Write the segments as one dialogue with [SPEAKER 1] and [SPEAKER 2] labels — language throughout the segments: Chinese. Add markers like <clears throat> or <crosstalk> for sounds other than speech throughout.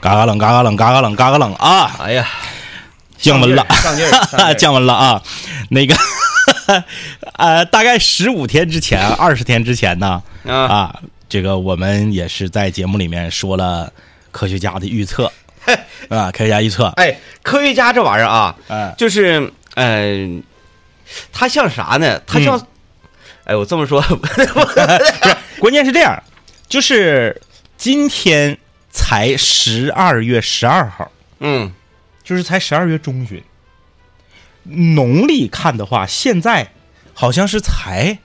[SPEAKER 1] 嘎嘎冷，嘎嘎冷，嘎嘎冷，嘎嘎冷啊！
[SPEAKER 2] 哎呀，
[SPEAKER 1] 降温了，
[SPEAKER 2] 上劲儿，上劲
[SPEAKER 1] <laughs>
[SPEAKER 2] 儿
[SPEAKER 1] 降温了啊！那个， <laughs> 呃，大概十五天之前、二十天之前呢，
[SPEAKER 2] 啊
[SPEAKER 1] 啊，这个我们也是在节目里面说了科学家的预
[SPEAKER 2] <laughs>
[SPEAKER 1] 测啊，科学家预测，
[SPEAKER 2] 哎，科学家这玩意儿 <laughs> 啊，
[SPEAKER 1] 哎
[SPEAKER 2] 就是嗯、他像啥呢？他像，
[SPEAKER 1] 嗯
[SPEAKER 2] 哎，我这 <laughs> 么说，
[SPEAKER 1] 关键是这样，就是今天才十二月十二号，
[SPEAKER 2] 嗯，
[SPEAKER 1] 就是才十二月中旬。农历看的话，现在好像是才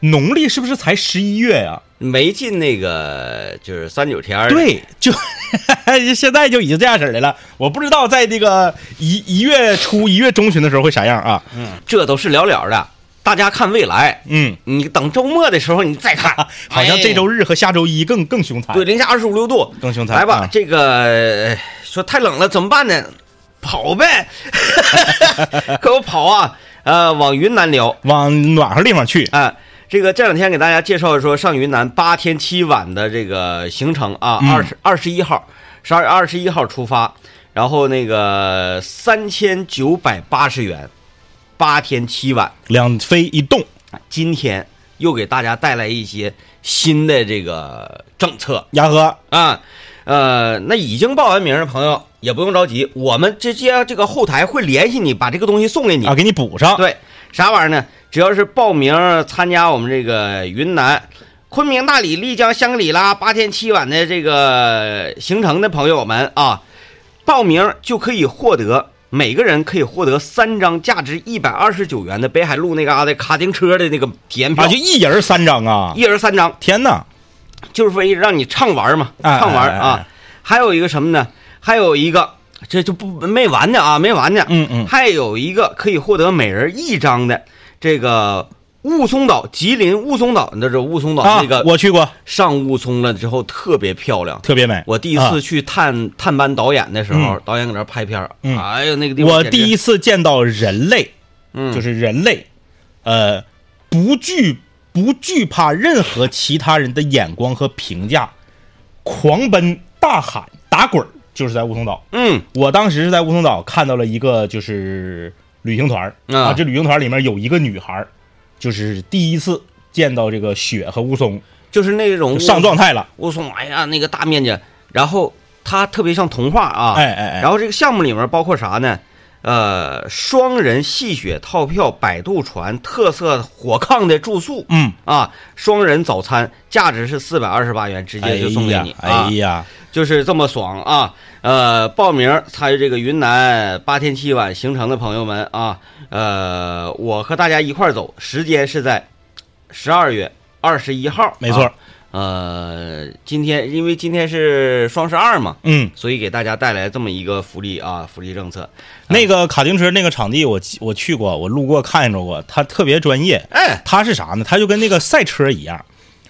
[SPEAKER 1] 农历是不是才十一月啊呀、
[SPEAKER 2] 没进那个就是三九天儿，
[SPEAKER 1] 对，就 <laughs> 现在就已经这样式儿的了。我不知道在这个一一月初、一月中旬的时候会啥样啊？
[SPEAKER 2] 这都是了了的。大家看未来，
[SPEAKER 1] 嗯，
[SPEAKER 2] 你等周末的时候你再看，
[SPEAKER 1] <laughs> 好像这周日和下周一更更凶
[SPEAKER 2] 哎
[SPEAKER 1] 残
[SPEAKER 2] 对。零下二十五六度，
[SPEAKER 1] 更凶残
[SPEAKER 2] 来吧，
[SPEAKER 1] 啊
[SPEAKER 2] 这个呃说太冷了怎么办呢？跑呗， <laughs> 可我跑啊，呃，往云南聊。
[SPEAKER 1] 往暖和地方去。
[SPEAKER 2] 啊，这个这两天给大家介绍说上云南八天七晚的这个行程啊，
[SPEAKER 1] 嗯
[SPEAKER 2] 二十二十一号，十二月二十一号出发，然后那个三千九百八十元，八天七晚。
[SPEAKER 1] 两飞一动，
[SPEAKER 2] 今天又给大家带来一些新的这个政策
[SPEAKER 1] 鸭哥，
[SPEAKER 2] 啊，呃，那已经报完名的朋友也不用着急，我们直接这个后台会联系你，把这个东西送给你
[SPEAKER 1] 啊，给你补 <laughs> 上。
[SPEAKER 2] 对，啥玩意儿呢？只要是报名参加我们这个云南、昆明、大理、丽江、香格里拉八天七晚的这个行程的朋友们啊，报名就可以获得。每个人可以获得三张价值一百二十九元的北海路那嘎达卡丁车的那个体验票，
[SPEAKER 1] 啊，就一人三张啊！
[SPEAKER 2] 一人三张，
[SPEAKER 1] 天哪，
[SPEAKER 2] 就是说让你畅玩嘛，
[SPEAKER 1] 哎
[SPEAKER 2] 畅玩
[SPEAKER 1] 哎哎
[SPEAKER 2] 啊。还有一个什么呢？还有一个，这就不没完呢啊，没完呢。
[SPEAKER 1] 嗯嗯，
[SPEAKER 2] 还有一个可以获得每人一张的这个雾凇岛，吉林雾凇岛，那是雾凇岛、
[SPEAKER 1] 啊
[SPEAKER 2] 那，个
[SPEAKER 1] 我去过，
[SPEAKER 2] 上雾凇了之后特别漂亮。
[SPEAKER 1] 特别美。
[SPEAKER 2] 我第一
[SPEAKER 1] 啊
[SPEAKER 2] 次去探、探班导演的时候，
[SPEAKER 1] 嗯
[SPEAKER 2] 导演搁那儿拍片儿，
[SPEAKER 1] 嗯
[SPEAKER 2] 哎呦那个地方
[SPEAKER 1] 我
[SPEAKER 2] 简直，
[SPEAKER 1] 第一次见到人类，
[SPEAKER 2] 嗯
[SPEAKER 1] 就是人类，呃，不惧不惧怕任何其他人的眼光和评价，狂奔、大喊、打滚儿，就是在乌松岛。
[SPEAKER 2] 嗯
[SPEAKER 1] 我当时是在乌松岛看到了一个就是旅行团儿
[SPEAKER 2] 啊
[SPEAKER 1] 啊，这旅行团里面有一个女孩儿，就是第一次见到这个雪和乌松，
[SPEAKER 2] 就是那种
[SPEAKER 1] 就上状态了。
[SPEAKER 2] 雾凇，哎呀那个大面积，然后它特别像童话啊，
[SPEAKER 1] 哎哎哎，
[SPEAKER 2] 然后这个项目里面包括啥呢？呃，双人戏雪套票、摆渡船、特色火炕的住宿，
[SPEAKER 1] 嗯，
[SPEAKER 2] 啊，双人早餐价值是四百二十八元，直接就送给你、
[SPEAKER 1] 哎呀
[SPEAKER 2] 啊
[SPEAKER 1] 哎，呀，
[SPEAKER 2] 就是这么爽啊！呃，报名参与这个云南八天七晚行程的朋友们啊，呃，我和大家一块儿走，时间是在十二月二十一号，
[SPEAKER 1] 没错
[SPEAKER 2] 啊
[SPEAKER 1] 儿，
[SPEAKER 2] 呃，今天因为今天是双十二嘛，
[SPEAKER 1] 嗯，
[SPEAKER 2] 所以给大家带来这么一个福利啊，福利政策。
[SPEAKER 1] 那个卡丁车那个场地我记我去过，我路过看着过，它特别专业。
[SPEAKER 2] 哎，
[SPEAKER 1] 它是啥呢？它就跟那个赛车一样，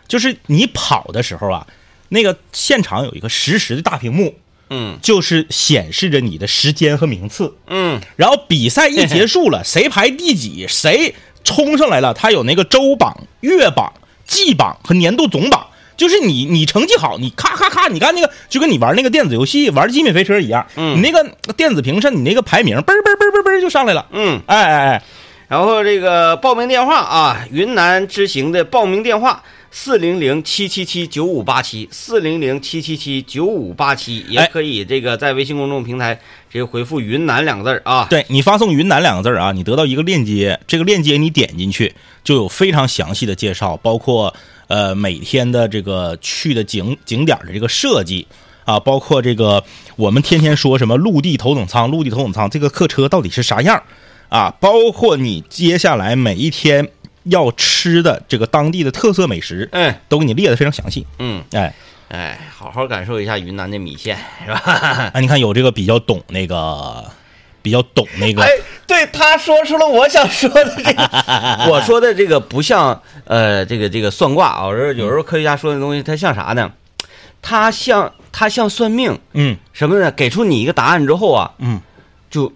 [SPEAKER 1] 就是你跑的时候啊，那个现场有一个实时的大屏幕，
[SPEAKER 2] 嗯
[SPEAKER 1] 就是显示着你的时间和名次。
[SPEAKER 2] 嗯，
[SPEAKER 1] 然后比赛一结束了，谁排第几，谁冲上来了，它有那个周榜、月榜、季榜和年度总榜。就是你，你成绩好，你咔咔咔，你看那个，就跟你玩那个电子游戏、玩极品飞车一样，
[SPEAKER 2] 嗯
[SPEAKER 1] 你那个电子屏上你那个排名，嘣儿嘣儿嘣儿嘣儿嘣儿就上来了。
[SPEAKER 2] 嗯，
[SPEAKER 1] 哎哎哎，
[SPEAKER 2] 然后这个报名电话啊，云南之行的报名电话四零零七七七九五八七，四零零七七七九五八七，也
[SPEAKER 1] 哎
[SPEAKER 2] 可以这个在微信公众平台直接回复“云南”两个字儿啊。
[SPEAKER 1] 对你发送“云南”两个字儿啊，你得到一个链接，这个链接你点进去就有非常详细的介绍，包括呃每天的这个去的景景点儿的这个设计啊，包括这个我们天天说什么陆地头等舱，陆地头等舱这个客车到底是啥样儿啊，包括你接下来每一天要吃的这个当地的特色美食，
[SPEAKER 2] 嗯
[SPEAKER 1] 都给你列的非常详细。
[SPEAKER 2] 嗯，
[SPEAKER 1] 哎，
[SPEAKER 2] 哎，好好感受一下云南的米线，是吧？
[SPEAKER 1] 啊，你看有这个比较懂那个，嗯比较懂那个，，
[SPEAKER 2] 哎对，他说出了我想说的这个， <laughs> 我说的这个不像呃，这个这个算卦啊，我说有时候科学家说的东西，它像啥呢？它像它像算命。
[SPEAKER 1] 嗯
[SPEAKER 2] 什么呢？给出你一个答案之后啊，
[SPEAKER 1] 嗯，
[SPEAKER 2] 就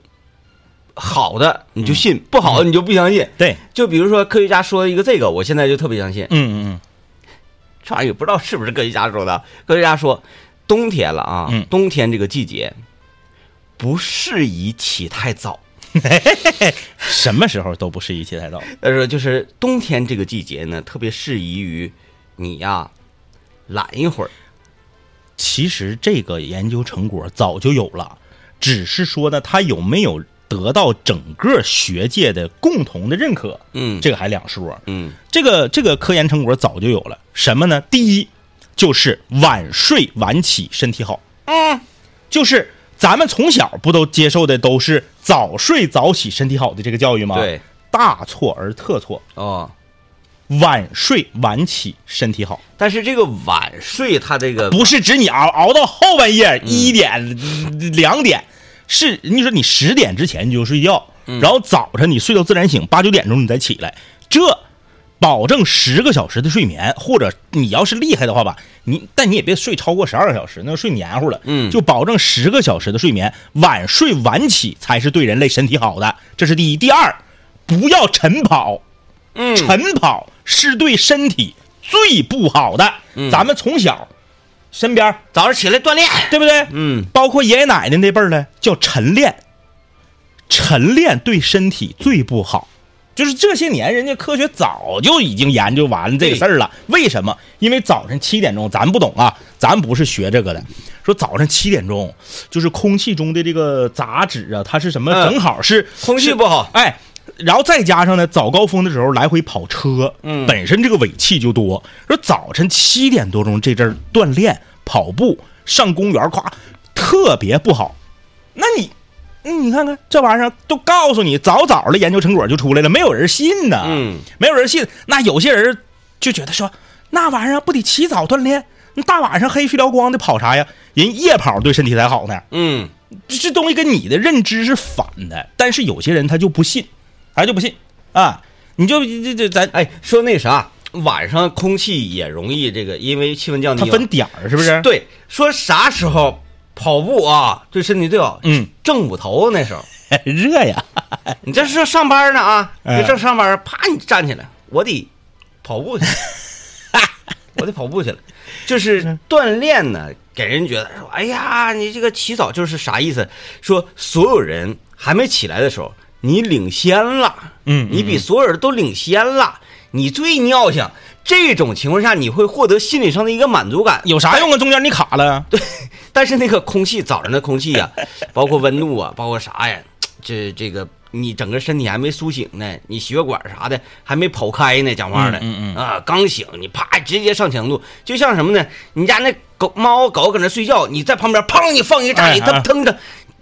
[SPEAKER 2] 好的你就信，不好的你就不相信。
[SPEAKER 1] 对，
[SPEAKER 2] 就比如说科学家说一个这个，我现在就特别相信。
[SPEAKER 1] 嗯嗯嗯。
[SPEAKER 2] 啊这玩意儿也不知道是不是科学家说的。科学家说，冬天了啊，
[SPEAKER 1] 嗯
[SPEAKER 2] 冬天这个季节不适宜起太早。
[SPEAKER 1] 什么时候都不适宜起太早。
[SPEAKER 2] 呃，说就是冬天这个季节呢，特别适宜于你呀、懒一会儿。
[SPEAKER 1] 其实这个研究成果早就有了，只是说呢，它有没有得到整个学界的共同的认可，
[SPEAKER 2] 嗯
[SPEAKER 1] 这个还两说。
[SPEAKER 2] 嗯
[SPEAKER 1] 这个这个科研成果早就有了，什么呢？第一就是晚睡晚起身体好，
[SPEAKER 2] 嗯，
[SPEAKER 1] 就是咱们从小不都接受的都是早睡早起身体好的这个教育吗？，
[SPEAKER 2] 对
[SPEAKER 1] 大错而特错，
[SPEAKER 2] 哦。
[SPEAKER 1] 晚睡晚起身体好。
[SPEAKER 2] 但是这个晚睡，它这个
[SPEAKER 1] 不是指你熬熬到后半
[SPEAKER 2] 嗯
[SPEAKER 1] 夜一点、两点，是你说你十点之前你就睡觉，
[SPEAKER 2] 嗯
[SPEAKER 1] 然后早晨你睡到自然醒，八九点钟你再起来，这保证十个小时的睡眠，或者你要是厉害的话吧，你但你也别睡超过十二个小时，那睡黏糊了，
[SPEAKER 2] 嗯
[SPEAKER 1] 就保证十个小时的睡眠，晚睡晚起才是对人类身体好的，这是第一。第二，不要晨跑，
[SPEAKER 2] 嗯
[SPEAKER 1] 晨跑是对身体最不好的。
[SPEAKER 2] 嗯
[SPEAKER 1] 咱们从小身边儿
[SPEAKER 2] 早上起来锻炼。
[SPEAKER 1] 对不对？
[SPEAKER 2] 嗯，
[SPEAKER 1] 包括爷爷奶奶那辈儿呢，叫晨练。晨练对身体最不好，就是这些年人家科学早就已经研究完了这个事儿了。为什么？因为早晨七点钟，咱不懂啊，咱不是学这个的。说早上七点钟，就是空气中的这个杂质啊，它是什么？
[SPEAKER 2] 嗯
[SPEAKER 1] 正好是
[SPEAKER 2] 空气
[SPEAKER 1] 是
[SPEAKER 2] 不好。
[SPEAKER 1] 哎，然后再加上呢，早高峰的时候来回跑车，
[SPEAKER 2] 嗯
[SPEAKER 1] 本身这个尾气就多。说早晨七点多钟这阵儿锻炼、跑步、上公园，夸特别不好。那你，嗯你看看这玩意儿都告诉你，早早的研究成果就出来了，没有人信呢，
[SPEAKER 2] 嗯，
[SPEAKER 1] 没有人信。那有些人就觉得说，那玩意儿不得起早锻炼？你大晚上黑睡撩光的跑啥呀？人夜跑对身体才好呢。
[SPEAKER 2] 嗯
[SPEAKER 1] 这这东西跟你的认知是反的，但是有些人他就不信，他就不信啊！你就这这咱
[SPEAKER 2] 哎，说那啥，晚上空气也容易这个，因为气温降低
[SPEAKER 1] 他
[SPEAKER 2] 嘛。
[SPEAKER 1] 分点儿是不 <laughs> 是？，
[SPEAKER 2] 对，说啥时候跑步啊，对身体最好。
[SPEAKER 1] 嗯，
[SPEAKER 2] 正午头那时候，
[SPEAKER 1] 热呀，
[SPEAKER 2] 你这是上班呢啊，
[SPEAKER 1] 哎
[SPEAKER 2] 你正上班，啪，你站起来，我得跑步去，
[SPEAKER 1] <laughs>
[SPEAKER 2] 我得跑步去了。就是锻炼呢，给人觉得说，哎呀，你这个起早就是啥意思？说所有人还没起来的时候，你领先了，
[SPEAKER 1] 嗯嗯
[SPEAKER 2] 你比所有人都领先了，你最尿性。这种情况下，你会获得心理上的一个满足感，
[SPEAKER 1] 有啥用啊？中间你卡了，对，
[SPEAKER 2] <laughs> 但是那个空气，早上的空气呀、包括温度啊，包括啥呀，这这个你整个身体还没苏醒呢，你血管啥的还没跑开呢，讲话呢，
[SPEAKER 1] 嗯嗯嗯
[SPEAKER 2] 啊，刚醒你啪直接上强度，就像什么呢？你家那狗猫狗搁那睡觉，你在旁边砰你放一炸
[SPEAKER 1] 哎
[SPEAKER 2] 你
[SPEAKER 1] 哎
[SPEAKER 2] 腾腾着。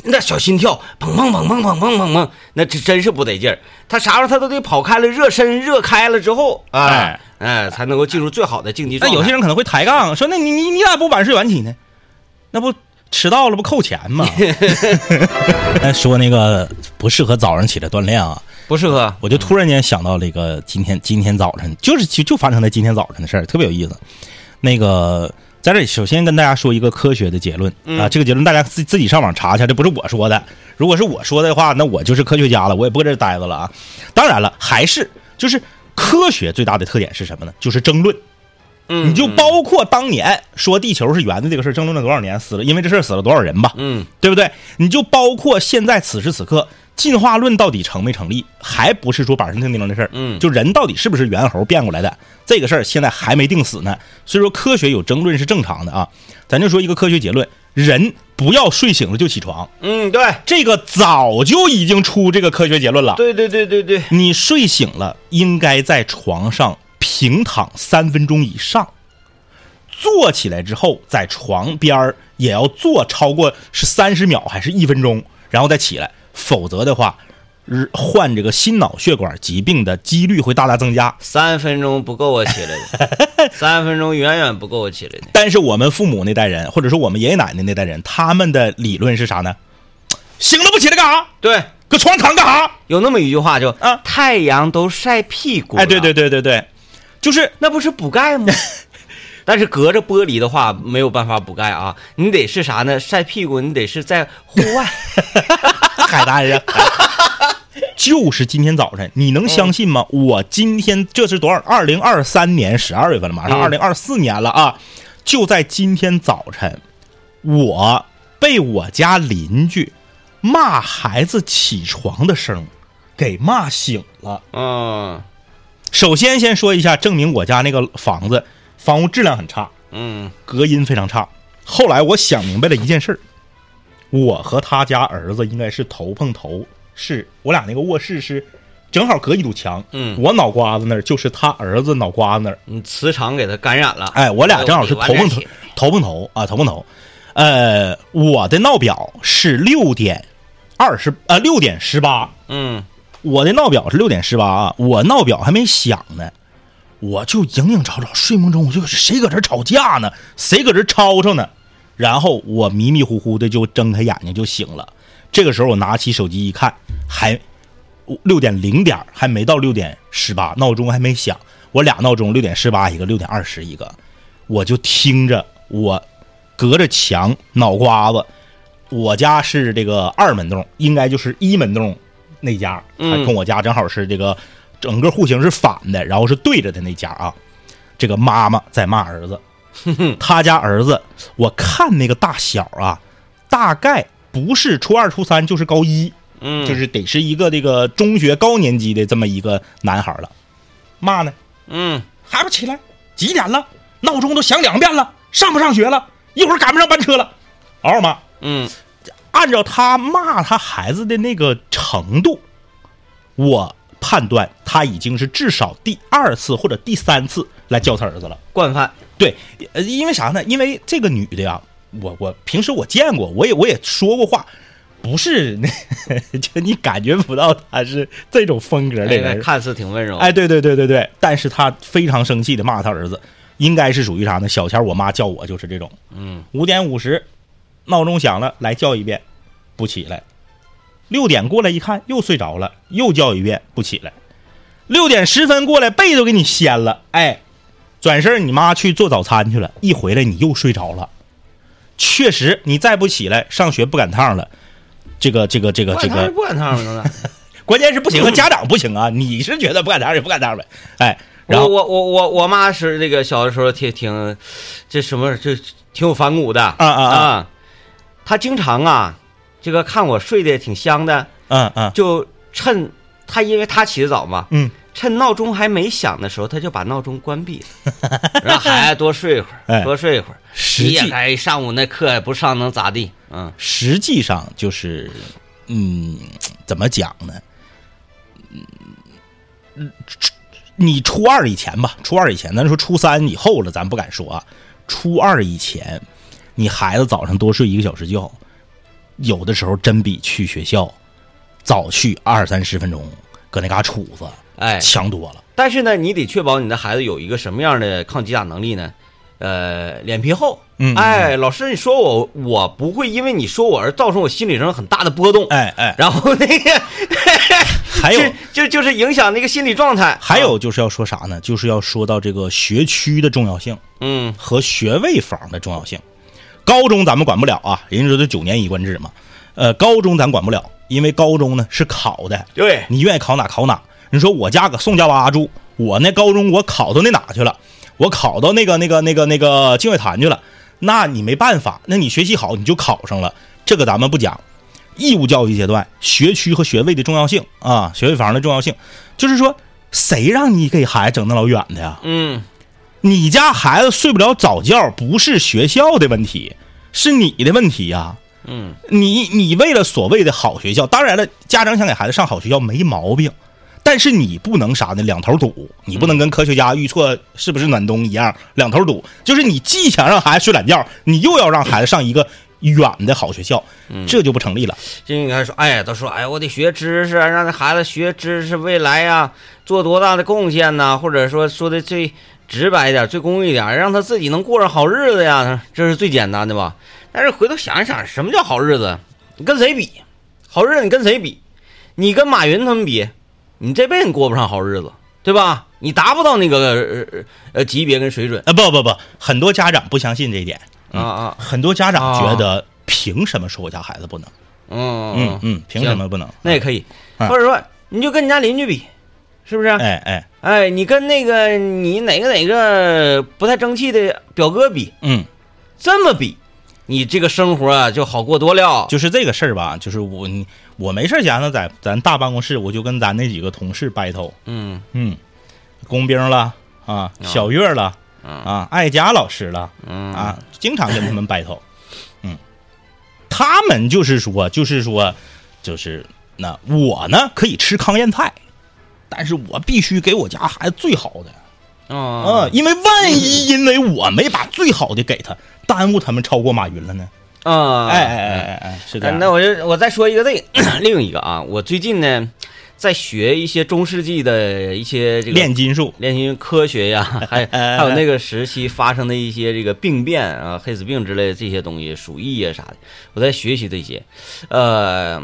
[SPEAKER 2] 那小心跳，砰砰砰砰砰砰砰砰，那这真是不得劲儿。它啥时候它都得跑开了，热身热开了之后，啊
[SPEAKER 1] 哎
[SPEAKER 2] 哎才能够进入最好的竞技
[SPEAKER 1] 那
[SPEAKER 2] 状态。
[SPEAKER 1] 有些人可能会抬杠，说那你你你咋不晚睡晚起呢？那不迟到了不扣钱 <laughs> 吗？哎说那个不适合早上起来锻炼啊，
[SPEAKER 2] 不适合，
[SPEAKER 1] 我就突然间想到了一个今天今天早晨，就是就就发生在今天早晨的事儿，特别有意思。那个在这里首先跟大家说一个科学的结论啊，这个结论大家自自己上网查一下，这不是我说的。如果是我说的话，那我就是科学家了，我也不搁这儿待着了啊。当然了，还是就是科学最大的特点是什么呢？就是争论。
[SPEAKER 2] 嗯，
[SPEAKER 1] 你就包括当年说地球是圆的这个事儿，争论了多少年，死了因为这事儿死了多少人吧？
[SPEAKER 2] 嗯
[SPEAKER 1] 对不对？你就包括现在此时此刻，进化论到底成没成立，还不是说板上钉钉的事儿。
[SPEAKER 2] 嗯
[SPEAKER 1] 就人到底是不是猿猴变过来的这个事儿，现在还没定死呢。所以说科学有争论是正常的啊。咱就说一个科学结论：人不要睡醒了就起床，
[SPEAKER 2] 嗯，对。
[SPEAKER 1] 这个早就已经出这个科学结论了。
[SPEAKER 2] 对对对对对，
[SPEAKER 1] 你睡醒了，应该在床上平躺三分钟以上，坐起来之后，在床边儿也要坐超过是三十秒还是一分钟，然后再起来，否则的话，日患这个心脑血管疾病的几率会大大增加。
[SPEAKER 2] 三分钟不够我起来
[SPEAKER 1] <laughs>
[SPEAKER 2] 的，三分钟远远不够我起来的。
[SPEAKER 1] 但是我们父母那代人，或者说我们爷爷奶奶那代人，他们的理论是啥呢？醒了不起来干啥？
[SPEAKER 2] 对，
[SPEAKER 1] 搁床上躺干啥？
[SPEAKER 2] 有那么一句话就
[SPEAKER 1] 啊
[SPEAKER 2] 太阳都晒屁股了。
[SPEAKER 1] 哎，对对，对对对，就是
[SPEAKER 2] 那不是补
[SPEAKER 1] <laughs>
[SPEAKER 2] 钙吗？但是隔着玻璃的话没有办法补钙啊，你得是啥呢？晒屁股，你得是在户
[SPEAKER 1] <laughs>
[SPEAKER 2] 外。
[SPEAKER 1] 海大 <laughs> 人，就是今天早晨，你能相信吗？我今天这是多少？二零二三年十二月份了，马上二
[SPEAKER 2] 嗯
[SPEAKER 1] 零二四年了啊！就在今天早晨，我被我家邻居骂孩子起床的声儿给骂醒了。
[SPEAKER 2] 嗯
[SPEAKER 1] 首先，先说一下，证明我家那个房子房屋质量很差，
[SPEAKER 2] 嗯
[SPEAKER 1] 隔音非常差。后来我想明白了一件事儿，我和他家儿子应该是头碰头，是我俩那个卧室是正好隔一堵墙，
[SPEAKER 2] 嗯
[SPEAKER 1] 我脑瓜子那儿就是他儿子脑瓜子那儿，
[SPEAKER 2] 你磁场给它感染了。
[SPEAKER 1] 哎，我俩正好是头碰头
[SPEAKER 2] 哎，
[SPEAKER 1] 头碰头啊，头碰头。呃，我的闹表是六点二十，呃，六点十八，
[SPEAKER 2] 嗯
[SPEAKER 1] 我的闹表是六点十八啊，我闹表还没响呢，我就影影绰绰，睡梦中我就谁搁这吵架呢？谁搁这吵吵呢？然后我迷迷糊糊的就睁开眼睛就醒了。这个时候我拿起手机一看，还六点零点儿，还没到六点十八，闹钟还没响。我俩闹钟六点十八一个，六点二十一个，我就听着我隔着墙脑瓜子。我家是这个二门洞，应该就是一门洞那家，
[SPEAKER 2] 嗯
[SPEAKER 1] 还跟我家正好是这个整个户型是反的，然后是对着的那家啊。这个妈妈在骂儿子，他家儿子，我看那个大小啊，大概不是初二、初三就是高一，
[SPEAKER 2] 嗯，
[SPEAKER 1] 就是得是一个这个中学高年级的这么一个男孩了。骂呢，
[SPEAKER 2] 嗯
[SPEAKER 1] 还不起来？几点了？闹钟都响两遍了，上不上学了？一会儿赶不上班车了，嗷嗷骂。
[SPEAKER 2] 嗯
[SPEAKER 1] 按照他骂他孩子的那个程度，我判断他已经是至少第二次或者第三次来教他儿子了。
[SPEAKER 2] 惯犯。
[SPEAKER 1] 对，呃，因为啥呢？因为这个女的呀，我我平时我见过，我也我也说过话，不是那 <laughs> 就你感觉不到她是这种风格的
[SPEAKER 2] 哎
[SPEAKER 1] 人。
[SPEAKER 2] 看似挺温柔。
[SPEAKER 1] 哎，对对对对对，但是她非常生气的骂她儿子，应该是属于啥呢？小前我妈叫我就是这种，
[SPEAKER 2] 嗯
[SPEAKER 1] 五点五十，闹钟响了，来叫一遍，不起来；六点过来一看，又睡着了，又叫一遍，不起来；六点十分过来，被都给你掀了，哎，转身你妈去做早餐去了，一回来你又睡着了。确实，你再不起来，上学不赶趟了。这个这个这个这
[SPEAKER 2] 惯
[SPEAKER 1] 个
[SPEAKER 2] 趟，不惯趟了。
[SPEAKER 1] 关键是不行啊，家长不行啊，你是觉得不赶趟也不赶趟呗，哎，然后
[SPEAKER 2] 我我我我我妈是那个小的时候挺挺，这什么这挺有反骨的
[SPEAKER 1] 啊啊啊
[SPEAKER 2] 啊，她经常啊，这个看我睡得挺香的，
[SPEAKER 1] 嗯嗯
[SPEAKER 2] 就趁她因为她起得早嘛，
[SPEAKER 1] 嗯，
[SPEAKER 2] 趁闹钟还没响的时候，她就把闹钟关闭了，让孩子多睡一会
[SPEAKER 1] <laughs> 哎
[SPEAKER 2] 儿，多睡一会儿。
[SPEAKER 1] 实
[SPEAKER 2] 你
[SPEAKER 1] 际
[SPEAKER 2] 也该上午那课也不上能咋地？嗯
[SPEAKER 1] 实际上就是，嗯，怎么讲呢？嗯，你初二以前吧，初二以前，咱说初三以后了，咱不敢说啊。初二以前，你孩子早上多睡一个小时觉，有的时候真比去学校早去二三十分钟，搁那嘎杵子
[SPEAKER 2] 哎，
[SPEAKER 1] 强多了。
[SPEAKER 2] 但是呢，你得确保你的孩子有一个什么样的抗击打能力呢？呃，脸皮厚。
[SPEAKER 1] 嗯嗯
[SPEAKER 2] 哎，老师，你说我，我不会因为你说我而造成我心理上很大的波动。
[SPEAKER 1] 哎哎，
[SPEAKER 2] 然后那个，
[SPEAKER 1] 还有
[SPEAKER 2] <laughs> 就就就是影响那个心理状态。
[SPEAKER 1] 还，有就是要说啥呢？就是要说到这个学区的重要性。
[SPEAKER 2] 嗯
[SPEAKER 1] 和学位房的重要性。高中咱们管不了啊，人家说这九年一贯制嘛，呃，高中咱管不了，因为高中呢是考的，
[SPEAKER 2] 对，
[SPEAKER 1] 你愿意考哪考哪。你说我家搁宋家洼住，我那高中我考到那哪去了？我考到那个那个那个那个净月潭去了，那你没办法，那你学习好你就考上了，这个咱们不讲。义务教育阶段，学区和学位的重要性啊，学位房的重要性，就是说，谁让你给孩子整那老远的呀？
[SPEAKER 2] 嗯，
[SPEAKER 1] 你家孩子睡不了早觉，不是学校的问题，是你的问题呀、
[SPEAKER 2] 嗯，
[SPEAKER 1] 你你为了所谓的好学校，当然了，家长想给孩子上好学校没毛病，但是你不能啥呢？两头堵，你不能跟科学家预测是不是暖冬一样，两头堵，就是你既想让孩子睡懒觉，你又要让孩子上一个远的好学校，这就不成立了。
[SPEAKER 2] 就应该说，哎，都说，哎，我得学知识啊，让这孩子学知识，未来呀、做多大的贡献呐、或者说说的最直白一点，最公益一点，让他自己能过上好日子呀，这是最简单的吧？但是回头想一想，什么叫好日子？你跟谁比？好日子你跟谁比？你跟马云他们比，你这辈子你过不上好日子，对吧？你达不到那个呃呃级别跟水准
[SPEAKER 1] 啊，不不不，很多家长不相信这一点，
[SPEAKER 2] 啊啊，
[SPEAKER 1] 很多家长觉得凭什么说我家孩子不能？
[SPEAKER 2] 嗯
[SPEAKER 1] 嗯，嗯，凭什么不能？
[SPEAKER 2] 那也可以，
[SPEAKER 1] 嗯
[SPEAKER 2] 或者说你就跟你家邻居比，是不是？
[SPEAKER 1] 哎哎，
[SPEAKER 2] 哎，你跟那个你哪个哪个不太争气的表哥比，
[SPEAKER 1] 嗯。
[SPEAKER 2] 这么比，你这个生活啊就好过多了。
[SPEAKER 1] 就是这个事儿吧，就是我你我没事儿闲着在咱大办公室，我就跟咱那几个同事 battle，
[SPEAKER 2] 嗯
[SPEAKER 1] 嗯，工兵了啊，小月了啊，艾佳老师了
[SPEAKER 2] 嗯
[SPEAKER 1] 啊，经常跟他们 battle，嗯，他们就是说，就是说，就是那我呢可以吃糠咽菜，但是我必须给我家孩子最好的。
[SPEAKER 2] 啊
[SPEAKER 1] 啊，因为万
[SPEAKER 2] 嗯
[SPEAKER 1] 一因为我没把最好的给他，耽误他们超过马云了呢？
[SPEAKER 2] 啊！
[SPEAKER 1] 哎哎哎哎哎，是这
[SPEAKER 2] 哎
[SPEAKER 1] 样。
[SPEAKER 2] 那我就我再说一个这另 <clears throat> 一个啊，我最近呢在学一些中世纪的一些这个
[SPEAKER 1] 炼金术，
[SPEAKER 2] 炼金科学呀，还还有那个时期发生的一些这个病变啊，黑死病之类的这些东西，鼠疫呀啥的，我在学习这些。呃，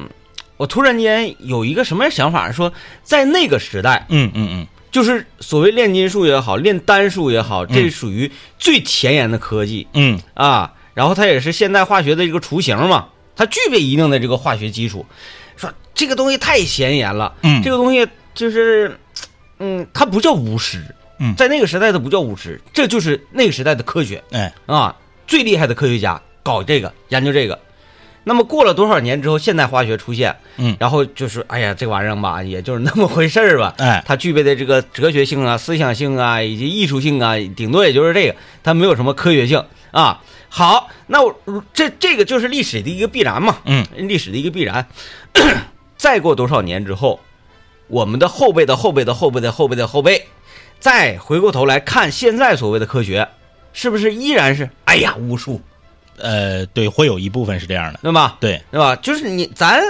[SPEAKER 2] 我突然间有一个什么想法，说在那个时代，
[SPEAKER 1] 嗯嗯嗯，
[SPEAKER 2] 就是所谓炼金术也好，炼丹术也好，这
[SPEAKER 1] 嗯
[SPEAKER 2] 属于最前沿的科技
[SPEAKER 1] 嗯
[SPEAKER 2] 啊。然后它也是现代化学的这个雏形嘛，它具备一定的这个化学基础。说这个东西太前沿了，
[SPEAKER 1] 嗯，
[SPEAKER 2] 这个东西就是，嗯，它不叫巫师，
[SPEAKER 1] 嗯
[SPEAKER 2] 在那个时代它不叫巫师，这就是那个时代的科学
[SPEAKER 1] 哎
[SPEAKER 2] 啊，最厉害的科学家搞这个研究这个。那么过了多少年之后，现代化学出现，
[SPEAKER 1] 嗯
[SPEAKER 2] 然后就是，哎呀，这玩意儿吧，也就是那么回事儿吧。
[SPEAKER 1] 哎，
[SPEAKER 2] 它具备的这个哲学性啊、思想性啊以及艺术性啊，顶多也就是这个，它没有什么科学性啊。好，那我这这个就是历史的一个必然嘛，
[SPEAKER 1] 嗯，
[SPEAKER 2] 历史的一个必然。 <coughs> 再过多少年之后，我们的后辈的后辈的后辈的后辈的后辈，再回过头来看现在所谓的科学，是不是依然是哎呀巫术，
[SPEAKER 1] 呃，对，会有一部分是这样的，
[SPEAKER 2] 对吧？
[SPEAKER 1] 对，
[SPEAKER 2] 对吧？就是你咱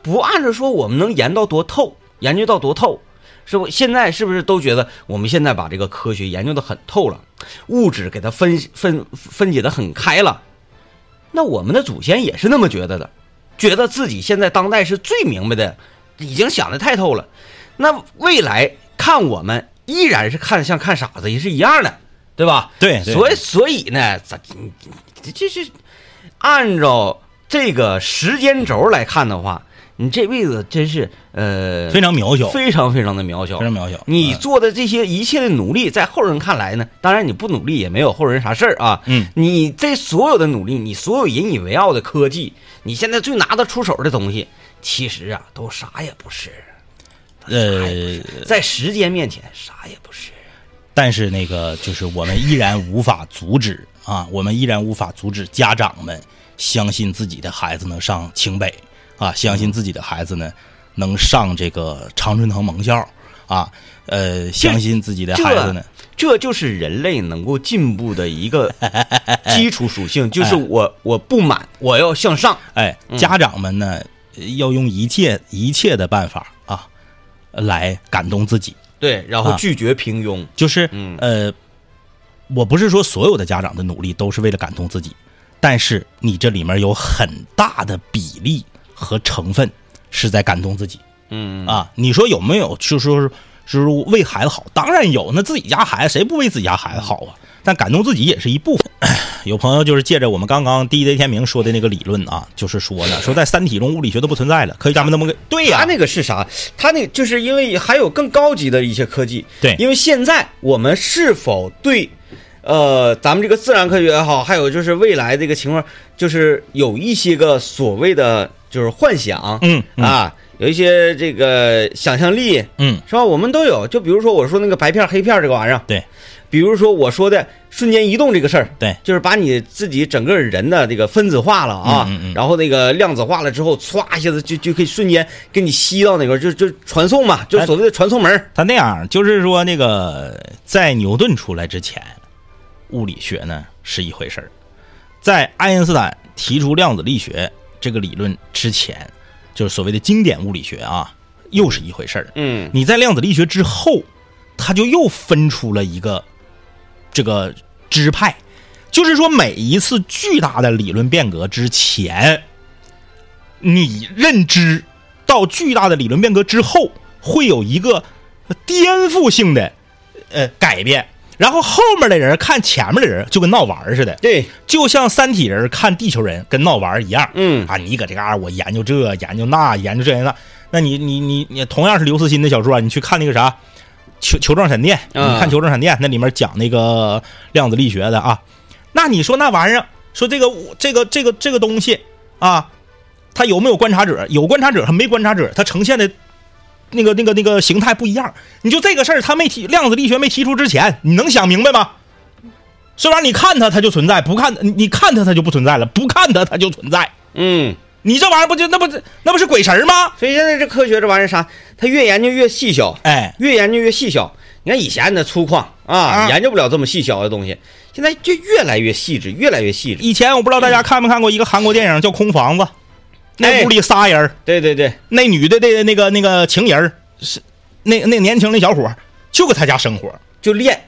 [SPEAKER 2] 不按着说我们能研到多透，研究到多透，是不？现在是不是都觉得我们现在把这个科学研究的很透了，物质给它分分分解的很开了？那我们的祖先也是那么觉得的，觉得自己现在当代是最明白的，已经想的太透了。那未来看我们依然是看像看傻子也是一样的，对吧？
[SPEAKER 1] 对对
[SPEAKER 2] 所以所以呢，咱这这这按照这个时间轴来看的话，你这辈子真是呃
[SPEAKER 1] 非常渺小，非
[SPEAKER 2] 非常非常的渺小。
[SPEAKER 1] 常渺小。
[SPEAKER 2] 你
[SPEAKER 1] 嗯
[SPEAKER 2] 做的这些一切的努力，在后人看来呢，当然你不努力也没有后人啥事儿啊。
[SPEAKER 1] 嗯，
[SPEAKER 2] 你这所有的努力，你所有引以为傲的科技，你现在最拿得出手的东西，其实啊，都啥也不是，
[SPEAKER 1] 呃，
[SPEAKER 2] 在时间面前啥也不是。
[SPEAKER 1] 但是那个就是我们依然无法阻止啊，我们依然无法阻止家长们相信自己的孩子能上清北啊，相信自己的孩子呢能上这个常春藤盟校啊，呃，相信自己的孩子呢，
[SPEAKER 2] 这就是人类能够进步的一 <laughs> 个基础属性，就是我我不满，我要向上。
[SPEAKER 1] 哎，家长们呢呃要用一切一切的办法啊来感动自己，
[SPEAKER 2] 对，然后
[SPEAKER 1] 啊
[SPEAKER 2] 拒绝平庸。
[SPEAKER 1] 就是
[SPEAKER 2] 嗯
[SPEAKER 1] 呃，我不是说所有的家长的努力都是为了感动自己，但是你这里面有很大的比例和成分是在感动自己
[SPEAKER 2] 嗯
[SPEAKER 1] 啊。你说有没有？就说是就是为孩子好，当然有。那自己家孩子谁不为自己家孩子好啊？但感动自己也是一部分。 <clears throat> 有朋友就是借着我们刚刚 DJ 天明说的那个理论啊，就是说呢，说在《三体》中物理学都不存在了，科学家们那么个对呀、
[SPEAKER 2] 他那个是啥？他那就是因为还有更高级的一些科技。
[SPEAKER 1] 对
[SPEAKER 2] 因为现在我们是否对，呃，咱们这个自然科学也好，还有就是未来这个情况，就是有一些个所谓的就是幻想，
[SPEAKER 1] 嗯嗯
[SPEAKER 2] 啊，有一些这个想象力，
[SPEAKER 1] 嗯，
[SPEAKER 2] 是吧？我们都有。就比如说我说那个白片儿黑片儿这个玩意儿，
[SPEAKER 1] 对
[SPEAKER 2] 比如说我说的瞬间移动这个事儿，
[SPEAKER 1] 对，
[SPEAKER 2] 就是把你自己整个人的这个分子化了啊，
[SPEAKER 1] 嗯嗯嗯
[SPEAKER 2] 然后那个量子化了之后，歘一下子就就可以瞬间给你吸到哪块儿，就就传送
[SPEAKER 1] 哎
[SPEAKER 2] 嘛，就所谓的传送门儿。
[SPEAKER 1] 他那样就是说，那个在牛顿出来之前，物理学呢是一回事儿；在爱因斯坦提出量子力学这个理论之前，就是所谓的经典物理学啊，又是一回事儿。
[SPEAKER 2] 嗯
[SPEAKER 1] 你在量子力学之后，他就又分出了一个这个支派，就是说每一次巨大的理论变革之前，你认知到巨大的理论变革之后，会有一个颠覆性的呃改变，然后后面的人看前面的人就跟闹玩儿似的，
[SPEAKER 2] 对，
[SPEAKER 1] 就像三体人看地球人跟闹玩儿一样，
[SPEAKER 2] 嗯
[SPEAKER 1] 啊，你搁这嘎、儿我研究这研究那研究这研究那，那你你你你同样是刘慈欣的小说啊，你去看那个啥球球状闪电，你
[SPEAKER 2] 嗯
[SPEAKER 1] 看球状闪电那里面讲那个量子力学的啊，那你说那玩意儿说这个这个这个这个东西啊，它有没有观察者？有观察者和没观察者，它呈现的那个那个那个形态不一样。你就这个事儿，它没提量子力学没提出之前，你能想明白吗？这玩意儿你看它它就存在，不看你你看它它就不存在了，不看它它就存在。
[SPEAKER 2] 嗯，
[SPEAKER 1] 你这玩意儿不就那不那不是鬼神儿吗？
[SPEAKER 2] 所以现在这科学这玩意儿啥，它越研究越细小，
[SPEAKER 1] 哎，
[SPEAKER 2] 越研究越细小。你看以前的粗犷啊，
[SPEAKER 1] 啊
[SPEAKER 2] 研究不了这么细小的东西，现在就越来越细致，越来越细致。
[SPEAKER 1] 以前我不知道大家看没看过一个韩国电影叫《空房子》，那
[SPEAKER 2] 哎
[SPEAKER 1] 屋里仨人儿，
[SPEAKER 2] 对对对，
[SPEAKER 1] 那女的的那个那个情人儿是那那年轻的小伙儿就搁他家生活，
[SPEAKER 2] 就练。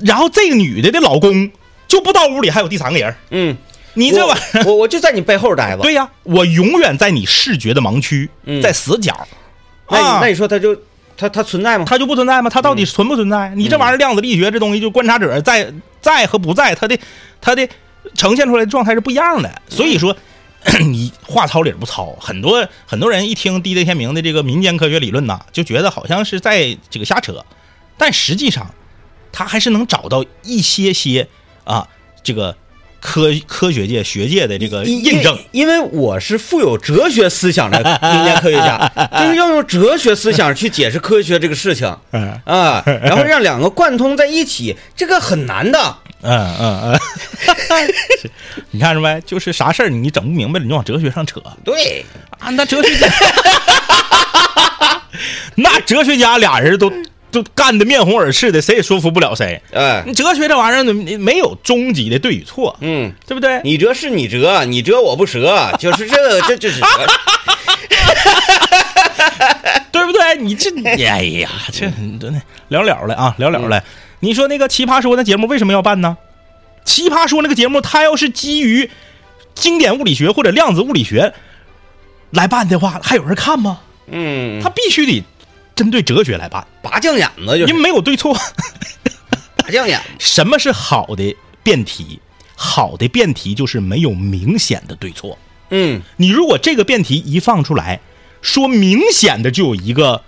[SPEAKER 1] 然后这个女的的老公就不知道屋里还有第三个人儿。
[SPEAKER 2] 嗯，
[SPEAKER 1] 你这玩意
[SPEAKER 2] 意我我就在你背后待
[SPEAKER 1] 儿，
[SPEAKER 2] 着。
[SPEAKER 1] 对呀、我永远在你视觉的盲区，
[SPEAKER 2] 嗯
[SPEAKER 1] 在死角。
[SPEAKER 2] 那你、
[SPEAKER 1] 啊
[SPEAKER 2] 那你说它就它它存 <laughs> 在吗？
[SPEAKER 1] 它就不存在吗？它到底存不存在？你这玩意儿量子力学这东西，就观察者在在和不在，它的它的呈现出来的状态是不一样的。所以说， <coughs> 你话糙理儿不糙，很多很多人一听 DJ 天明的这个民间科学理论呐，就觉得好像是在这个瞎扯，但实际上他还是能找到一些些啊这个科科学界学界的这个
[SPEAKER 2] 因
[SPEAKER 1] 印证。
[SPEAKER 2] 因因为我是富有哲学思想
[SPEAKER 1] <laughs>
[SPEAKER 2] 的民间科学家，就是要用哲学思想去解释科学这个事情
[SPEAKER 1] 嗯
[SPEAKER 2] 啊，然后让两个贯通在一起，这个很难的。
[SPEAKER 1] 嗯嗯嗯， <laughs> 是你看着没？就是啥事儿你整不明白了，你就往哲学上扯。
[SPEAKER 2] 对，
[SPEAKER 1] 啊，那哲学家，
[SPEAKER 2] <laughs>
[SPEAKER 1] 那哲学家俩人都
[SPEAKER 2] 嗯
[SPEAKER 1] 都干得面红耳赤的，谁也说服不了谁。
[SPEAKER 2] 哎，
[SPEAKER 1] 你哲学这玩意儿怎么没有终极的对与错，
[SPEAKER 2] 嗯，
[SPEAKER 1] 对不对？
[SPEAKER 2] 你折是你折，你折我不折，就是这个这这
[SPEAKER 1] <laughs>
[SPEAKER 2] 是折。
[SPEAKER 1] 对不对？
[SPEAKER 2] <laughs>
[SPEAKER 1] 你这，哎呀，这真的聊了了啊，聊了
[SPEAKER 2] 嗯
[SPEAKER 1] 了。你说那个《奇葩说》那节目为什么要办呢？《奇葩说》那个节目，它要是基于经典物理学或者量子物理学来办的话，还有人看吗？
[SPEAKER 2] 嗯
[SPEAKER 1] 它，必须得针对哲学来办，
[SPEAKER 2] 拔将眼子就
[SPEAKER 1] 因
[SPEAKER 2] 是
[SPEAKER 1] 为没有对错。
[SPEAKER 2] 拔将眼子。
[SPEAKER 1] 什么是好的辩题？好的辩题就是没有明显的对错。
[SPEAKER 2] 嗯，
[SPEAKER 1] 你如果这个辩题一放出来，说明显的就有一个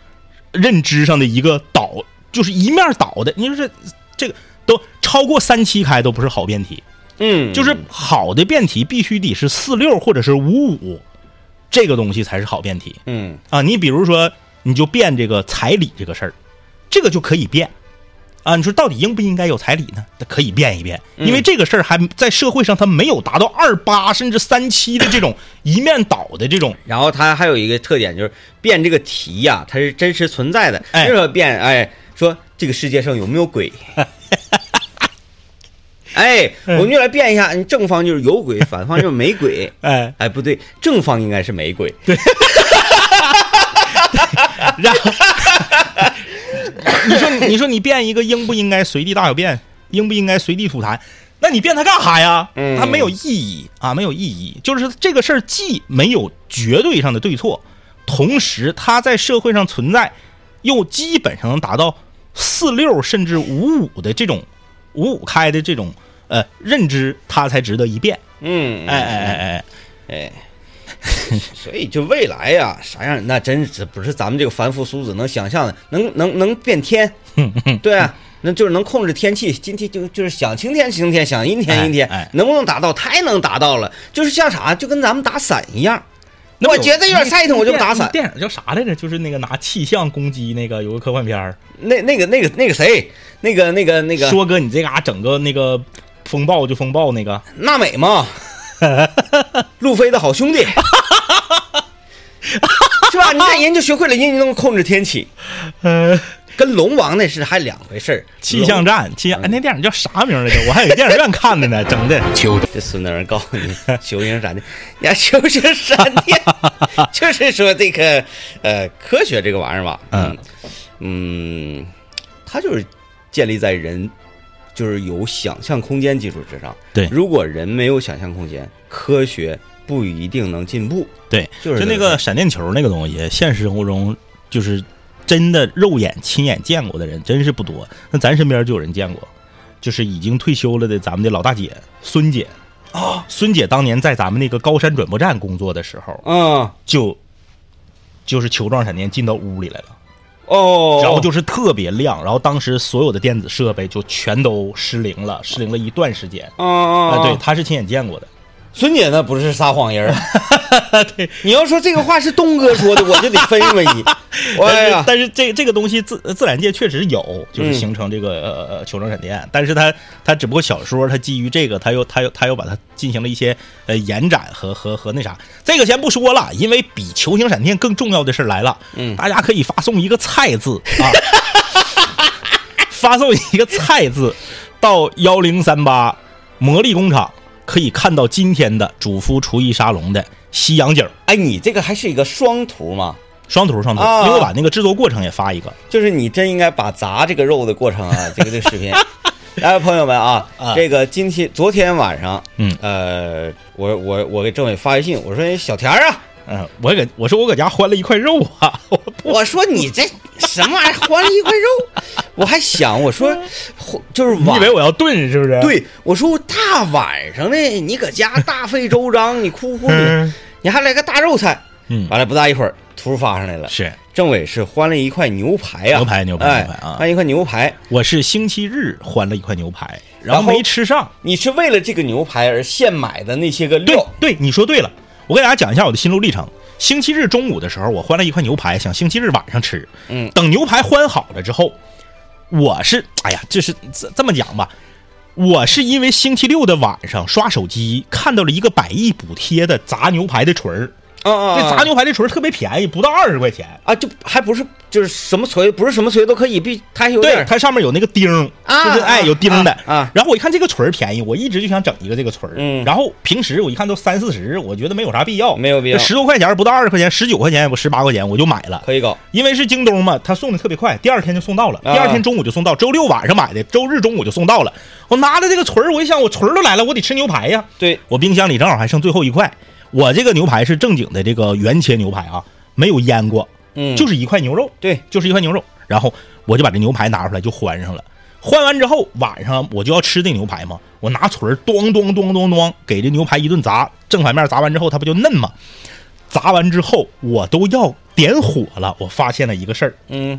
[SPEAKER 1] 认知上的一个倒，就是一面倒的。你说这这个都超过三七开都不是好辩题，
[SPEAKER 2] 嗯，
[SPEAKER 1] 就是好的辩题必须得是四六或者是五五，这个东西才是好辩题
[SPEAKER 2] 嗯
[SPEAKER 1] 啊。你比如说，你就辩这个彩礼这个事儿，这个就可以辩。啊，你说到底应不应该有彩礼呢？那可以辩一辩，因为这个事儿还在社会上它没有达到二八甚至三七的这种一面倒的这种
[SPEAKER 2] 然后它还有一个特点就是变这个题呀、它是真实存在的。
[SPEAKER 1] 哎
[SPEAKER 2] 任何变，哎，说这个世界上有没有鬼？哎，我们就来变一下，你正方就是有鬼，反方就是没鬼。
[SPEAKER 1] 哎，
[SPEAKER 2] 哎，不对，正方应该是没鬼。
[SPEAKER 1] <laughs> 然后你说你你说你变一个应不应该随地大小便，应不应该随地吐痰？那你变它干啥呀？
[SPEAKER 2] 嗯
[SPEAKER 1] 它没有意义啊，没有意义。就是这个事儿既没有绝对上的对错，同时它在社会上存在，又基本上能达到四六甚至五五的这种五五开的这种呃认知，它才值得一变。
[SPEAKER 2] 嗯，
[SPEAKER 1] 哎哎哎哎，
[SPEAKER 2] 哎，所以就未来呀、啥样那真是不是咱们这个凡夫俗子能想象的，能能能变
[SPEAKER 1] <laughs>
[SPEAKER 2] 天，对、啊，那就是能控制天气。今天就就是想晴天晴天，想阴天阴天，
[SPEAKER 1] 哎哎
[SPEAKER 2] 能不能达到？太能达到了，就是像啥，就跟咱们打伞一样。
[SPEAKER 1] 那
[SPEAKER 2] 我
[SPEAKER 1] 有
[SPEAKER 2] 觉得有点菜头我就不打伞
[SPEAKER 1] 那电影叫啥来着？就是那个拿气象攻击那个有个科幻片儿。
[SPEAKER 2] 那那个那个那个谁，那个那个那个
[SPEAKER 1] 说哥，你这嘎整个那个风暴就风暴那个，
[SPEAKER 2] 娜美
[SPEAKER 1] <laughs>
[SPEAKER 2] 嘛，路飞的好兄弟。是吧？你看人就学会了，人家能控制天气，
[SPEAKER 1] 呃，
[SPEAKER 2] 跟龙王那是还两回事儿。
[SPEAKER 1] 气象站，气象，哎，那电影叫啥名来着？我还有电影院看的呢，整的。
[SPEAKER 2] 这孙子人告诉你， <laughs> 球形闪电，你看球形闪电， <laughs> 就是说这个呃，科学这个玩意儿吧，
[SPEAKER 1] 嗯
[SPEAKER 2] 嗯，它就是建立在人就是有想象空间基础之上。
[SPEAKER 1] 对
[SPEAKER 2] 如果人没有想象空间，科学不一定能进步。
[SPEAKER 1] 对，
[SPEAKER 2] 就是
[SPEAKER 1] 就那个闪电球那个东西，现实生活中就是真的肉眼亲眼见过的人真是不多。那咱身边就有人见过，就是已经退休了的咱们的老大姐孙姐啊，孙姐当年在咱们那个高山转播站工作的时候，
[SPEAKER 2] 嗯
[SPEAKER 1] 就就是球状闪电进到屋里来了。
[SPEAKER 2] 哦，
[SPEAKER 1] 然后就是特别亮，然后当时所有的电子设备就全都失灵了，失灵了一段时间。
[SPEAKER 2] 嗯嗯
[SPEAKER 1] 啊、
[SPEAKER 2] 嗯
[SPEAKER 1] 对，他是亲眼见过的。
[SPEAKER 2] 孙姐呢不是撒谎
[SPEAKER 1] <laughs>
[SPEAKER 2] 人儿，你要说这个话是东哥说的，我就得分为你。哎
[SPEAKER 1] 但是
[SPEAKER 2] 呀，
[SPEAKER 1] 但是这这个东西自呃自然界确实有，就是形成这
[SPEAKER 2] 嗯
[SPEAKER 1] 个、呃呃求生闪电，但是它它只不过小说它基于这个，它又它又它又把它进行了一些呃延展和和和那啥，这个先不说了，因为比球形闪电更重要的事儿来了，
[SPEAKER 2] 嗯
[SPEAKER 1] 大家可以发送一个“菜”字啊， <laughs> 发送一个“菜”字到幺零三八魔力工厂，可以看到今天的主夫厨艺沙龙的西洋景儿
[SPEAKER 2] 哎，你这个还是一个双图嘛？
[SPEAKER 1] 双图双图，
[SPEAKER 2] 啊
[SPEAKER 1] 因为我把那个制作过程也发一个。
[SPEAKER 2] 就是你真应该把炸这个肉的过
[SPEAKER 1] <laughs>
[SPEAKER 2] 程啊，这个这个视频，来朋友们啊
[SPEAKER 1] 啊，
[SPEAKER 2] 这个今天昨天晚上，
[SPEAKER 1] 嗯
[SPEAKER 2] 呃，我我我给政委发微信，我说哎小田儿啊，
[SPEAKER 1] 嗯，我搁我说我搁家欢了一块肉啊，我不
[SPEAKER 2] 我说你这什么玩意儿，还了一块肉， <laughs> 我还想我说，就是
[SPEAKER 1] 嗯你以
[SPEAKER 2] 晚
[SPEAKER 1] 为我要炖是不是？，
[SPEAKER 2] 对我说大晚上的你搁家大费周章，你哭哭你
[SPEAKER 1] 嗯，
[SPEAKER 2] 你还来个大肉菜，
[SPEAKER 1] 嗯，
[SPEAKER 2] 完了不大一会儿图发上来了，
[SPEAKER 1] 是，
[SPEAKER 2] 政委是欢了一块牛排啊，
[SPEAKER 1] 牛排牛排
[SPEAKER 2] 哎
[SPEAKER 1] 牛排啊
[SPEAKER 2] 欢一块牛排。
[SPEAKER 1] 我是星期日欢了一块牛排，然后
[SPEAKER 2] 然后
[SPEAKER 1] 没吃上。
[SPEAKER 2] 你是为了这个牛排而现买的那些个
[SPEAKER 1] 对
[SPEAKER 2] 料，
[SPEAKER 1] 对，你说对了，我给大家讲一下我的心路历程。星期日中午的时候，我欢了一块牛排，想星期日晚上吃。
[SPEAKER 2] 嗯
[SPEAKER 1] 等牛排欢好了之后，我是哎呀，就是这这么讲吧，我是因为星期六的晚上刷手机看到了一个百亿补贴的炸牛排的锤儿，
[SPEAKER 2] 啊啊
[SPEAKER 1] 那
[SPEAKER 2] 啊
[SPEAKER 1] 炸牛排的锤儿特别便宜，不到二十块钱。
[SPEAKER 2] 啊，就还不是就是什么锤，不是什么锤都可以，必它还有点
[SPEAKER 1] 对，
[SPEAKER 2] 儿
[SPEAKER 1] 它上面有那个钉儿，
[SPEAKER 2] 啊
[SPEAKER 1] 就是哎
[SPEAKER 2] 啊
[SPEAKER 1] 有钉儿的
[SPEAKER 2] 啊啊
[SPEAKER 1] 然后我一看这个锤儿便宜，我一直就想整一个这个锤儿。
[SPEAKER 2] 嗯
[SPEAKER 1] 然后平时我一看都三四十，我觉得没有啥必要，
[SPEAKER 2] 没有必要
[SPEAKER 1] 十多块钱不到二十块钱，十九块钱我十八块钱我就买了。
[SPEAKER 2] 可以搞
[SPEAKER 1] 因为是京东嘛，他送的特别快，第二天就送到了，第
[SPEAKER 2] 啊
[SPEAKER 1] 二天中午就送到，周六晚上买的，周日中午就送到了。我拿着这个锤儿，我一想，我锤儿都来了，我得吃牛排呀。
[SPEAKER 2] 对，
[SPEAKER 1] 我冰箱里正好还剩最后一块，我这个牛排是正经的这个原切牛排啊，没有腌过，
[SPEAKER 2] 嗯，
[SPEAKER 1] 就是是一块牛肉。
[SPEAKER 2] 对，
[SPEAKER 1] 就是一块牛肉，然后我就把这牛排拿出来就欢上了。欢完之后，晚上我就要吃这牛排嘛，我拿锤儿咚咚咚咚咚给这牛排一顿砸，正反面砸完之后，它不就嫩吗？砸完之后，我都要点火了。我发现了一个事儿，
[SPEAKER 2] 嗯，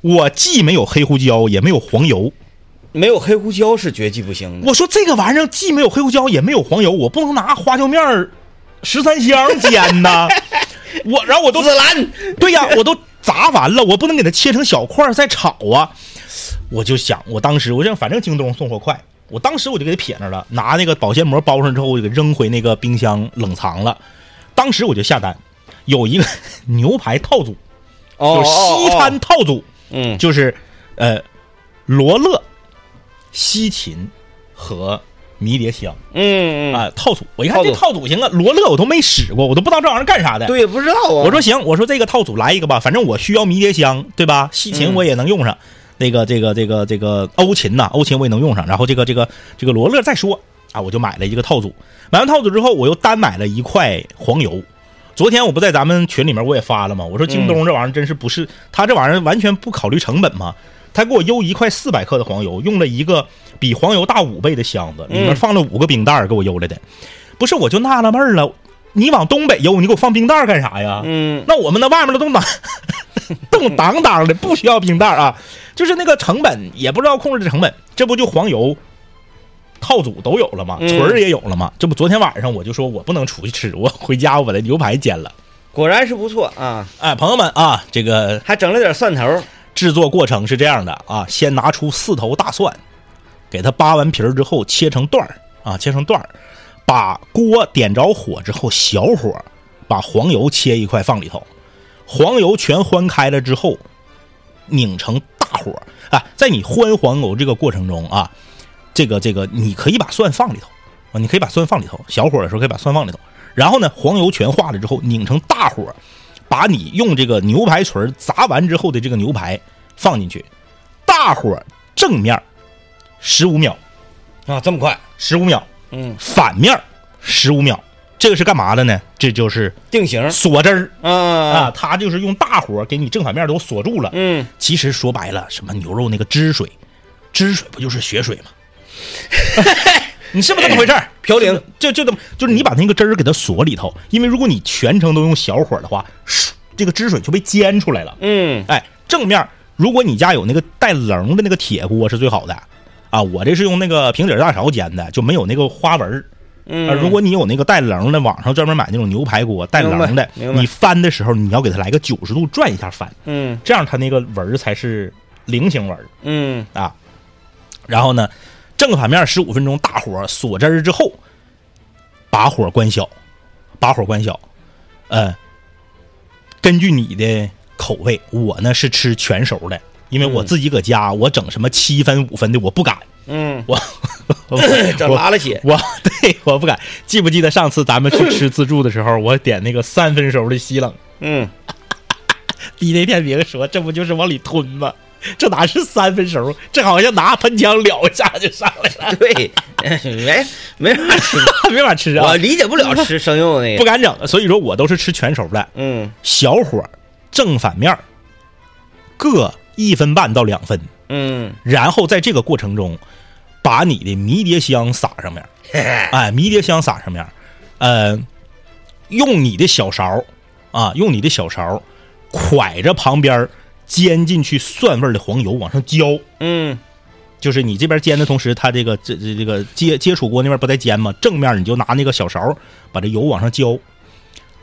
[SPEAKER 1] 我既没有黑胡椒，也没有黄油。
[SPEAKER 2] 没有黑胡椒是绝技不行的，
[SPEAKER 1] 我说这个玩意儿既没有黑胡椒，也没有黄油，我不能拿花椒面儿十三香煎呐。我然后我都
[SPEAKER 2] 紫兰
[SPEAKER 1] 对
[SPEAKER 2] <laughs>
[SPEAKER 1] 呀，我都砸完了，我不能给它切成小块儿再炒啊。我就想，我当时我想，反正京东送货快，我当时我就给它撇那儿了，拿那个保鲜膜包上之后，我就给扔回那个冰箱冷藏了。当时我就下单，有一个 <laughs> 牛排套组，
[SPEAKER 2] 哦，
[SPEAKER 1] 就是西
[SPEAKER 2] 哦
[SPEAKER 1] 餐，套组，
[SPEAKER 2] 嗯，
[SPEAKER 1] 就是呃罗勒、西芹和迷迭香
[SPEAKER 2] 嗯嗯
[SPEAKER 1] 啊、套组。我一看
[SPEAKER 2] 套
[SPEAKER 1] 这
[SPEAKER 2] 组
[SPEAKER 1] 套组行啊，罗勒我都没使过，我都不知道这玩意儿干啥的。
[SPEAKER 2] 对，不知道啊，
[SPEAKER 1] 我说行，我说这个套组来一个吧，反正我需要迷迭香，对吧？西芹
[SPEAKER 2] 嗯
[SPEAKER 1] 我也能用上，那个这个这个这个欧芹呐、欧芹我也能用上，然后这个这个这个罗勒再说啊，我就买了一个套组。买完套组之后，我又单买了一块黄油。昨天我不在咱们群里面我也发了吗？我说京东这玩意儿真是不是，他这玩意儿完全不考虑成本嘛。他给我邮一块四百克的黄油，用了一个比黄油大五倍的箱子，里面
[SPEAKER 2] 嗯
[SPEAKER 1] 放了五个冰袋儿，给我邮来的。不是，我就纳了闷儿了，你往东北邮，你给我放冰袋儿干啥呀？
[SPEAKER 2] 嗯，
[SPEAKER 1] 那我们那外面的都挡，冻挡挡的，不需要冰袋儿啊，就是那个成本也不知道控制成本，这不就黄油。套组都有了嘛，
[SPEAKER 2] 嗯
[SPEAKER 1] 锤儿也有了嘛，这不昨天晚上我就说我不能出去吃，我回家我把那牛排煎了。
[SPEAKER 2] 果然是不错啊，
[SPEAKER 1] 哎，朋友们啊，这个
[SPEAKER 2] 还整了点蒜头，
[SPEAKER 1] 制作过程是这样的啊，先拿出四头大蒜，给它扒完皮儿之后切成段儿啊，切成段儿，把锅点着火之后小火，把黄油切一块放里头，黄油全欢开了之后，拧成大火啊，在你欢黄油这个过程中啊，这个这个你可以把蒜放里头啊，你可以把蒜放里头，小火的时候可以把蒜放里头，然后呢，黄油全化了之后拧成大火，把你用这个牛排锤儿砸完之后的这个牛排放进去，大火正面十五秒，
[SPEAKER 2] 啊，这么快，
[SPEAKER 1] 十五秒，
[SPEAKER 2] 嗯，
[SPEAKER 1] 反面十五秒，这个是干嘛的呢？这就是
[SPEAKER 2] 定型
[SPEAKER 1] 锁汁儿
[SPEAKER 2] 啊啊
[SPEAKER 1] 啊，，它就是用大火给你正反面都锁住了。
[SPEAKER 2] 嗯，
[SPEAKER 1] 其实说白了，什么牛肉那个汁水，汁水不就是血水吗？
[SPEAKER 2] <laughs>
[SPEAKER 1] 你是不是这么回事儿？
[SPEAKER 2] 嘌呤
[SPEAKER 1] 就就这么，就是你把那个汁儿给它锁里头，因为如果你全程都用小火的话，这个汁水就被煎出来了。
[SPEAKER 2] 嗯，
[SPEAKER 1] 哎，正面，如果你家有那个带棱的那个铁锅是最好的啊。我这是用那个平底儿大勺煎的，就没有那个花纹儿
[SPEAKER 2] 嗯
[SPEAKER 1] 啊，如果你有那个带棱的，网上专门买那种牛排锅带棱的
[SPEAKER 2] 明白明，白
[SPEAKER 1] 你翻的时候你要给它来个九十度转一下翻，
[SPEAKER 2] 嗯
[SPEAKER 1] 这样它那个纹儿才是菱形纹儿
[SPEAKER 2] 嗯
[SPEAKER 1] 啊。然后呢，正反面十五分钟，大火锁汁儿之后，把火关小，把火关小。呃，根据你的口味，我呢是吃全熟的，因为我自己搁家，我整什么七分五分的我不敢，
[SPEAKER 2] 嗯，
[SPEAKER 1] 我我
[SPEAKER 2] <coughs> 整拉了血，
[SPEAKER 1] <laughs> 我 <laughs> 对我不敢。记不记得上次咱们去吃自助的时候，我点那个三分熟的西冷？
[SPEAKER 2] 嗯，
[SPEAKER 1] 你那天别说，这不就是往里吞吗？这哪是三分熟？这好像拿喷枪燎一下就上来了，
[SPEAKER 2] <laughs> 对，没没法吃，
[SPEAKER 1] <laughs> 没法吃啊
[SPEAKER 2] 我，理解不了吃生肉那
[SPEAKER 1] 不
[SPEAKER 2] 个，
[SPEAKER 1] 敢整。所以说我都是吃全熟的，
[SPEAKER 2] 嗯
[SPEAKER 1] 小火正反面各一分半到两分，
[SPEAKER 2] 嗯，
[SPEAKER 1] 然后在这个过程中，把你的迷迭香撒上面，
[SPEAKER 2] 嗯
[SPEAKER 1] 哎，迷迭香撒上面，呃，用你的小勺啊，用你的小勺，蒯着旁边儿煎进去蒜味儿的黄油往上浇，
[SPEAKER 2] 嗯
[SPEAKER 1] 就是你这边煎的同时，它这个这这这个接接触锅那边不在煎吗？正面你就拿那个小勺把这油往上浇，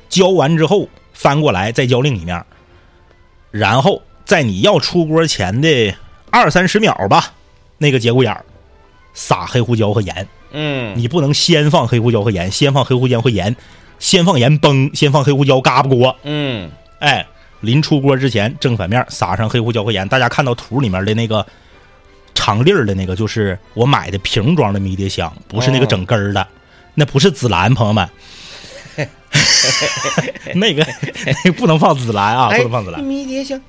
[SPEAKER 1] 浇完之后翻过来再浇另一面，然后在你要出锅前的二三十秒吧，那个节骨眼儿撒黑胡椒和盐，
[SPEAKER 2] 嗯
[SPEAKER 1] 你不能先放黑胡椒和盐，先放黑胡椒和盐，先放盐崩，先放黑胡椒嘎巴锅，
[SPEAKER 2] 嗯
[SPEAKER 1] 哎，临出锅之前正反面撒上黑胡椒和盐。大家看到图里面的那个长粒儿的那个，就是我买的瓶装的迷迭香，不是那
[SPEAKER 3] 哦
[SPEAKER 1] 个整根儿的，那不是紫兰，朋
[SPEAKER 3] <laughs>
[SPEAKER 1] 友们。那个那个不能放紫兰啊，
[SPEAKER 3] 哎
[SPEAKER 1] 不能放紫兰。
[SPEAKER 3] 迷迭香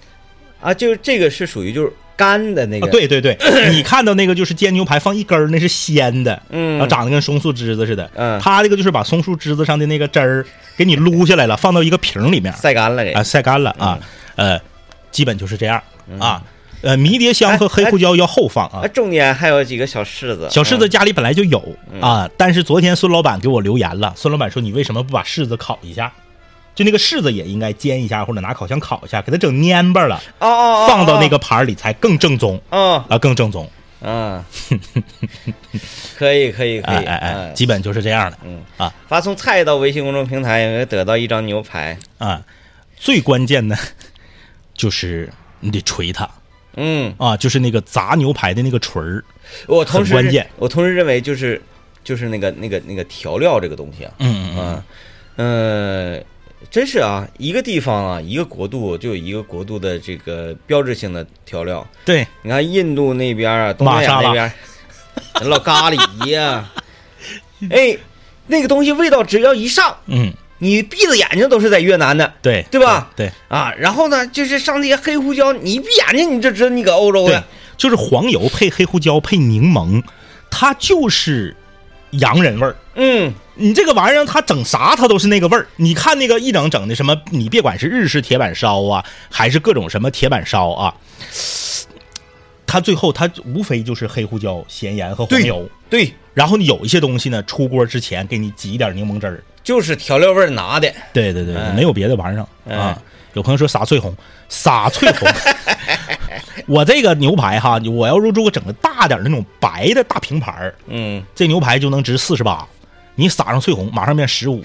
[SPEAKER 3] 啊，就是这个是属于就是干的那个，
[SPEAKER 1] 啊，，对对对，你看到那个就是煎牛排放一根儿，那是鲜的，然后
[SPEAKER 2] 嗯，
[SPEAKER 1] 长得跟松树枝子似的。
[SPEAKER 3] 嗯
[SPEAKER 1] 它这个就是把松树枝子上的那个汁儿给你撸下来了，放到一个瓶里面，
[SPEAKER 3] 晒干了给。
[SPEAKER 1] 啊，晒干了啊，呃，基本就是这样啊。呃，迷迭香和黑胡椒要后放啊
[SPEAKER 3] 啊，。中间还有几个小柿子，
[SPEAKER 1] 小柿子家里本来就有
[SPEAKER 3] 嗯
[SPEAKER 1] 啊，但是昨天孙老板给我留言了，孙老板说你为什么不把柿子烤一下？就那个柿子也应该煎一下，或者拿烤箱烤一下，给它整蔫巴了，
[SPEAKER 3] 哦哦，哦
[SPEAKER 1] 放到那，个盘儿里才更正宗
[SPEAKER 3] 哦，
[SPEAKER 1] 啊，更正宗。
[SPEAKER 3] 嗯，可以可以可
[SPEAKER 2] <laughs>
[SPEAKER 1] 哎
[SPEAKER 3] 以，
[SPEAKER 1] 哎哎，
[SPEAKER 3] 嗯，
[SPEAKER 1] 基本就是这样的
[SPEAKER 3] 发送菜到微信公众平台，也会得到一张牛排，
[SPEAKER 1] 啊。最关键的，就是你得锤它
[SPEAKER 3] 嗯，
[SPEAKER 1] 啊，就是那个砸牛排的那个锤儿，
[SPEAKER 3] 我同时
[SPEAKER 1] 很关键
[SPEAKER 3] 我同时认为就是就是那个那个那个调料这个东西啊，
[SPEAKER 1] 嗯嗯嗯，
[SPEAKER 3] 嗯嗯，呃真是啊，一个地方啊，一个国度就有一个国度的这个标志性的调料，
[SPEAKER 1] 对，
[SPEAKER 3] 你看印度那边啊，东南亚那边， <laughs> 老咖喱呀、哎，那个东西味道只要一上，
[SPEAKER 1] 嗯
[SPEAKER 3] 你闭着眼睛都是在越南的
[SPEAKER 1] 对
[SPEAKER 3] 对吧
[SPEAKER 1] 对。
[SPEAKER 3] 啊。然后呢，就是上那些黑胡椒，你一闭眼睛你就知道你搁欧洲
[SPEAKER 1] 对
[SPEAKER 3] 的，，
[SPEAKER 1] 就是黄油配黑胡椒配柠檬，它就是洋人味儿。
[SPEAKER 3] 嗯
[SPEAKER 1] 你这个玩意儿，它整啥它都是那个味儿。你看那个一整整的什么，你别管是日式铁板烧啊，还是各种什么铁板烧啊，它最后它无非就是黑胡椒、咸盐和黄油。
[SPEAKER 3] 对，
[SPEAKER 1] 然后有一些东西呢，出锅之前给你挤一点柠檬汁儿。
[SPEAKER 3] 就是调料味儿拿的，
[SPEAKER 1] 对对对，
[SPEAKER 3] 哎
[SPEAKER 1] 没有别的玩意儿啊
[SPEAKER 3] 哎。
[SPEAKER 1] 有朋友说撒翠红，撒翠
[SPEAKER 3] <laughs>
[SPEAKER 1] 红。我这个牛排哈，我要是如果整个大点儿那种白的大平盘儿，
[SPEAKER 3] 嗯，
[SPEAKER 1] 这牛排就能值四十八。你撒上翠红，马上变十五。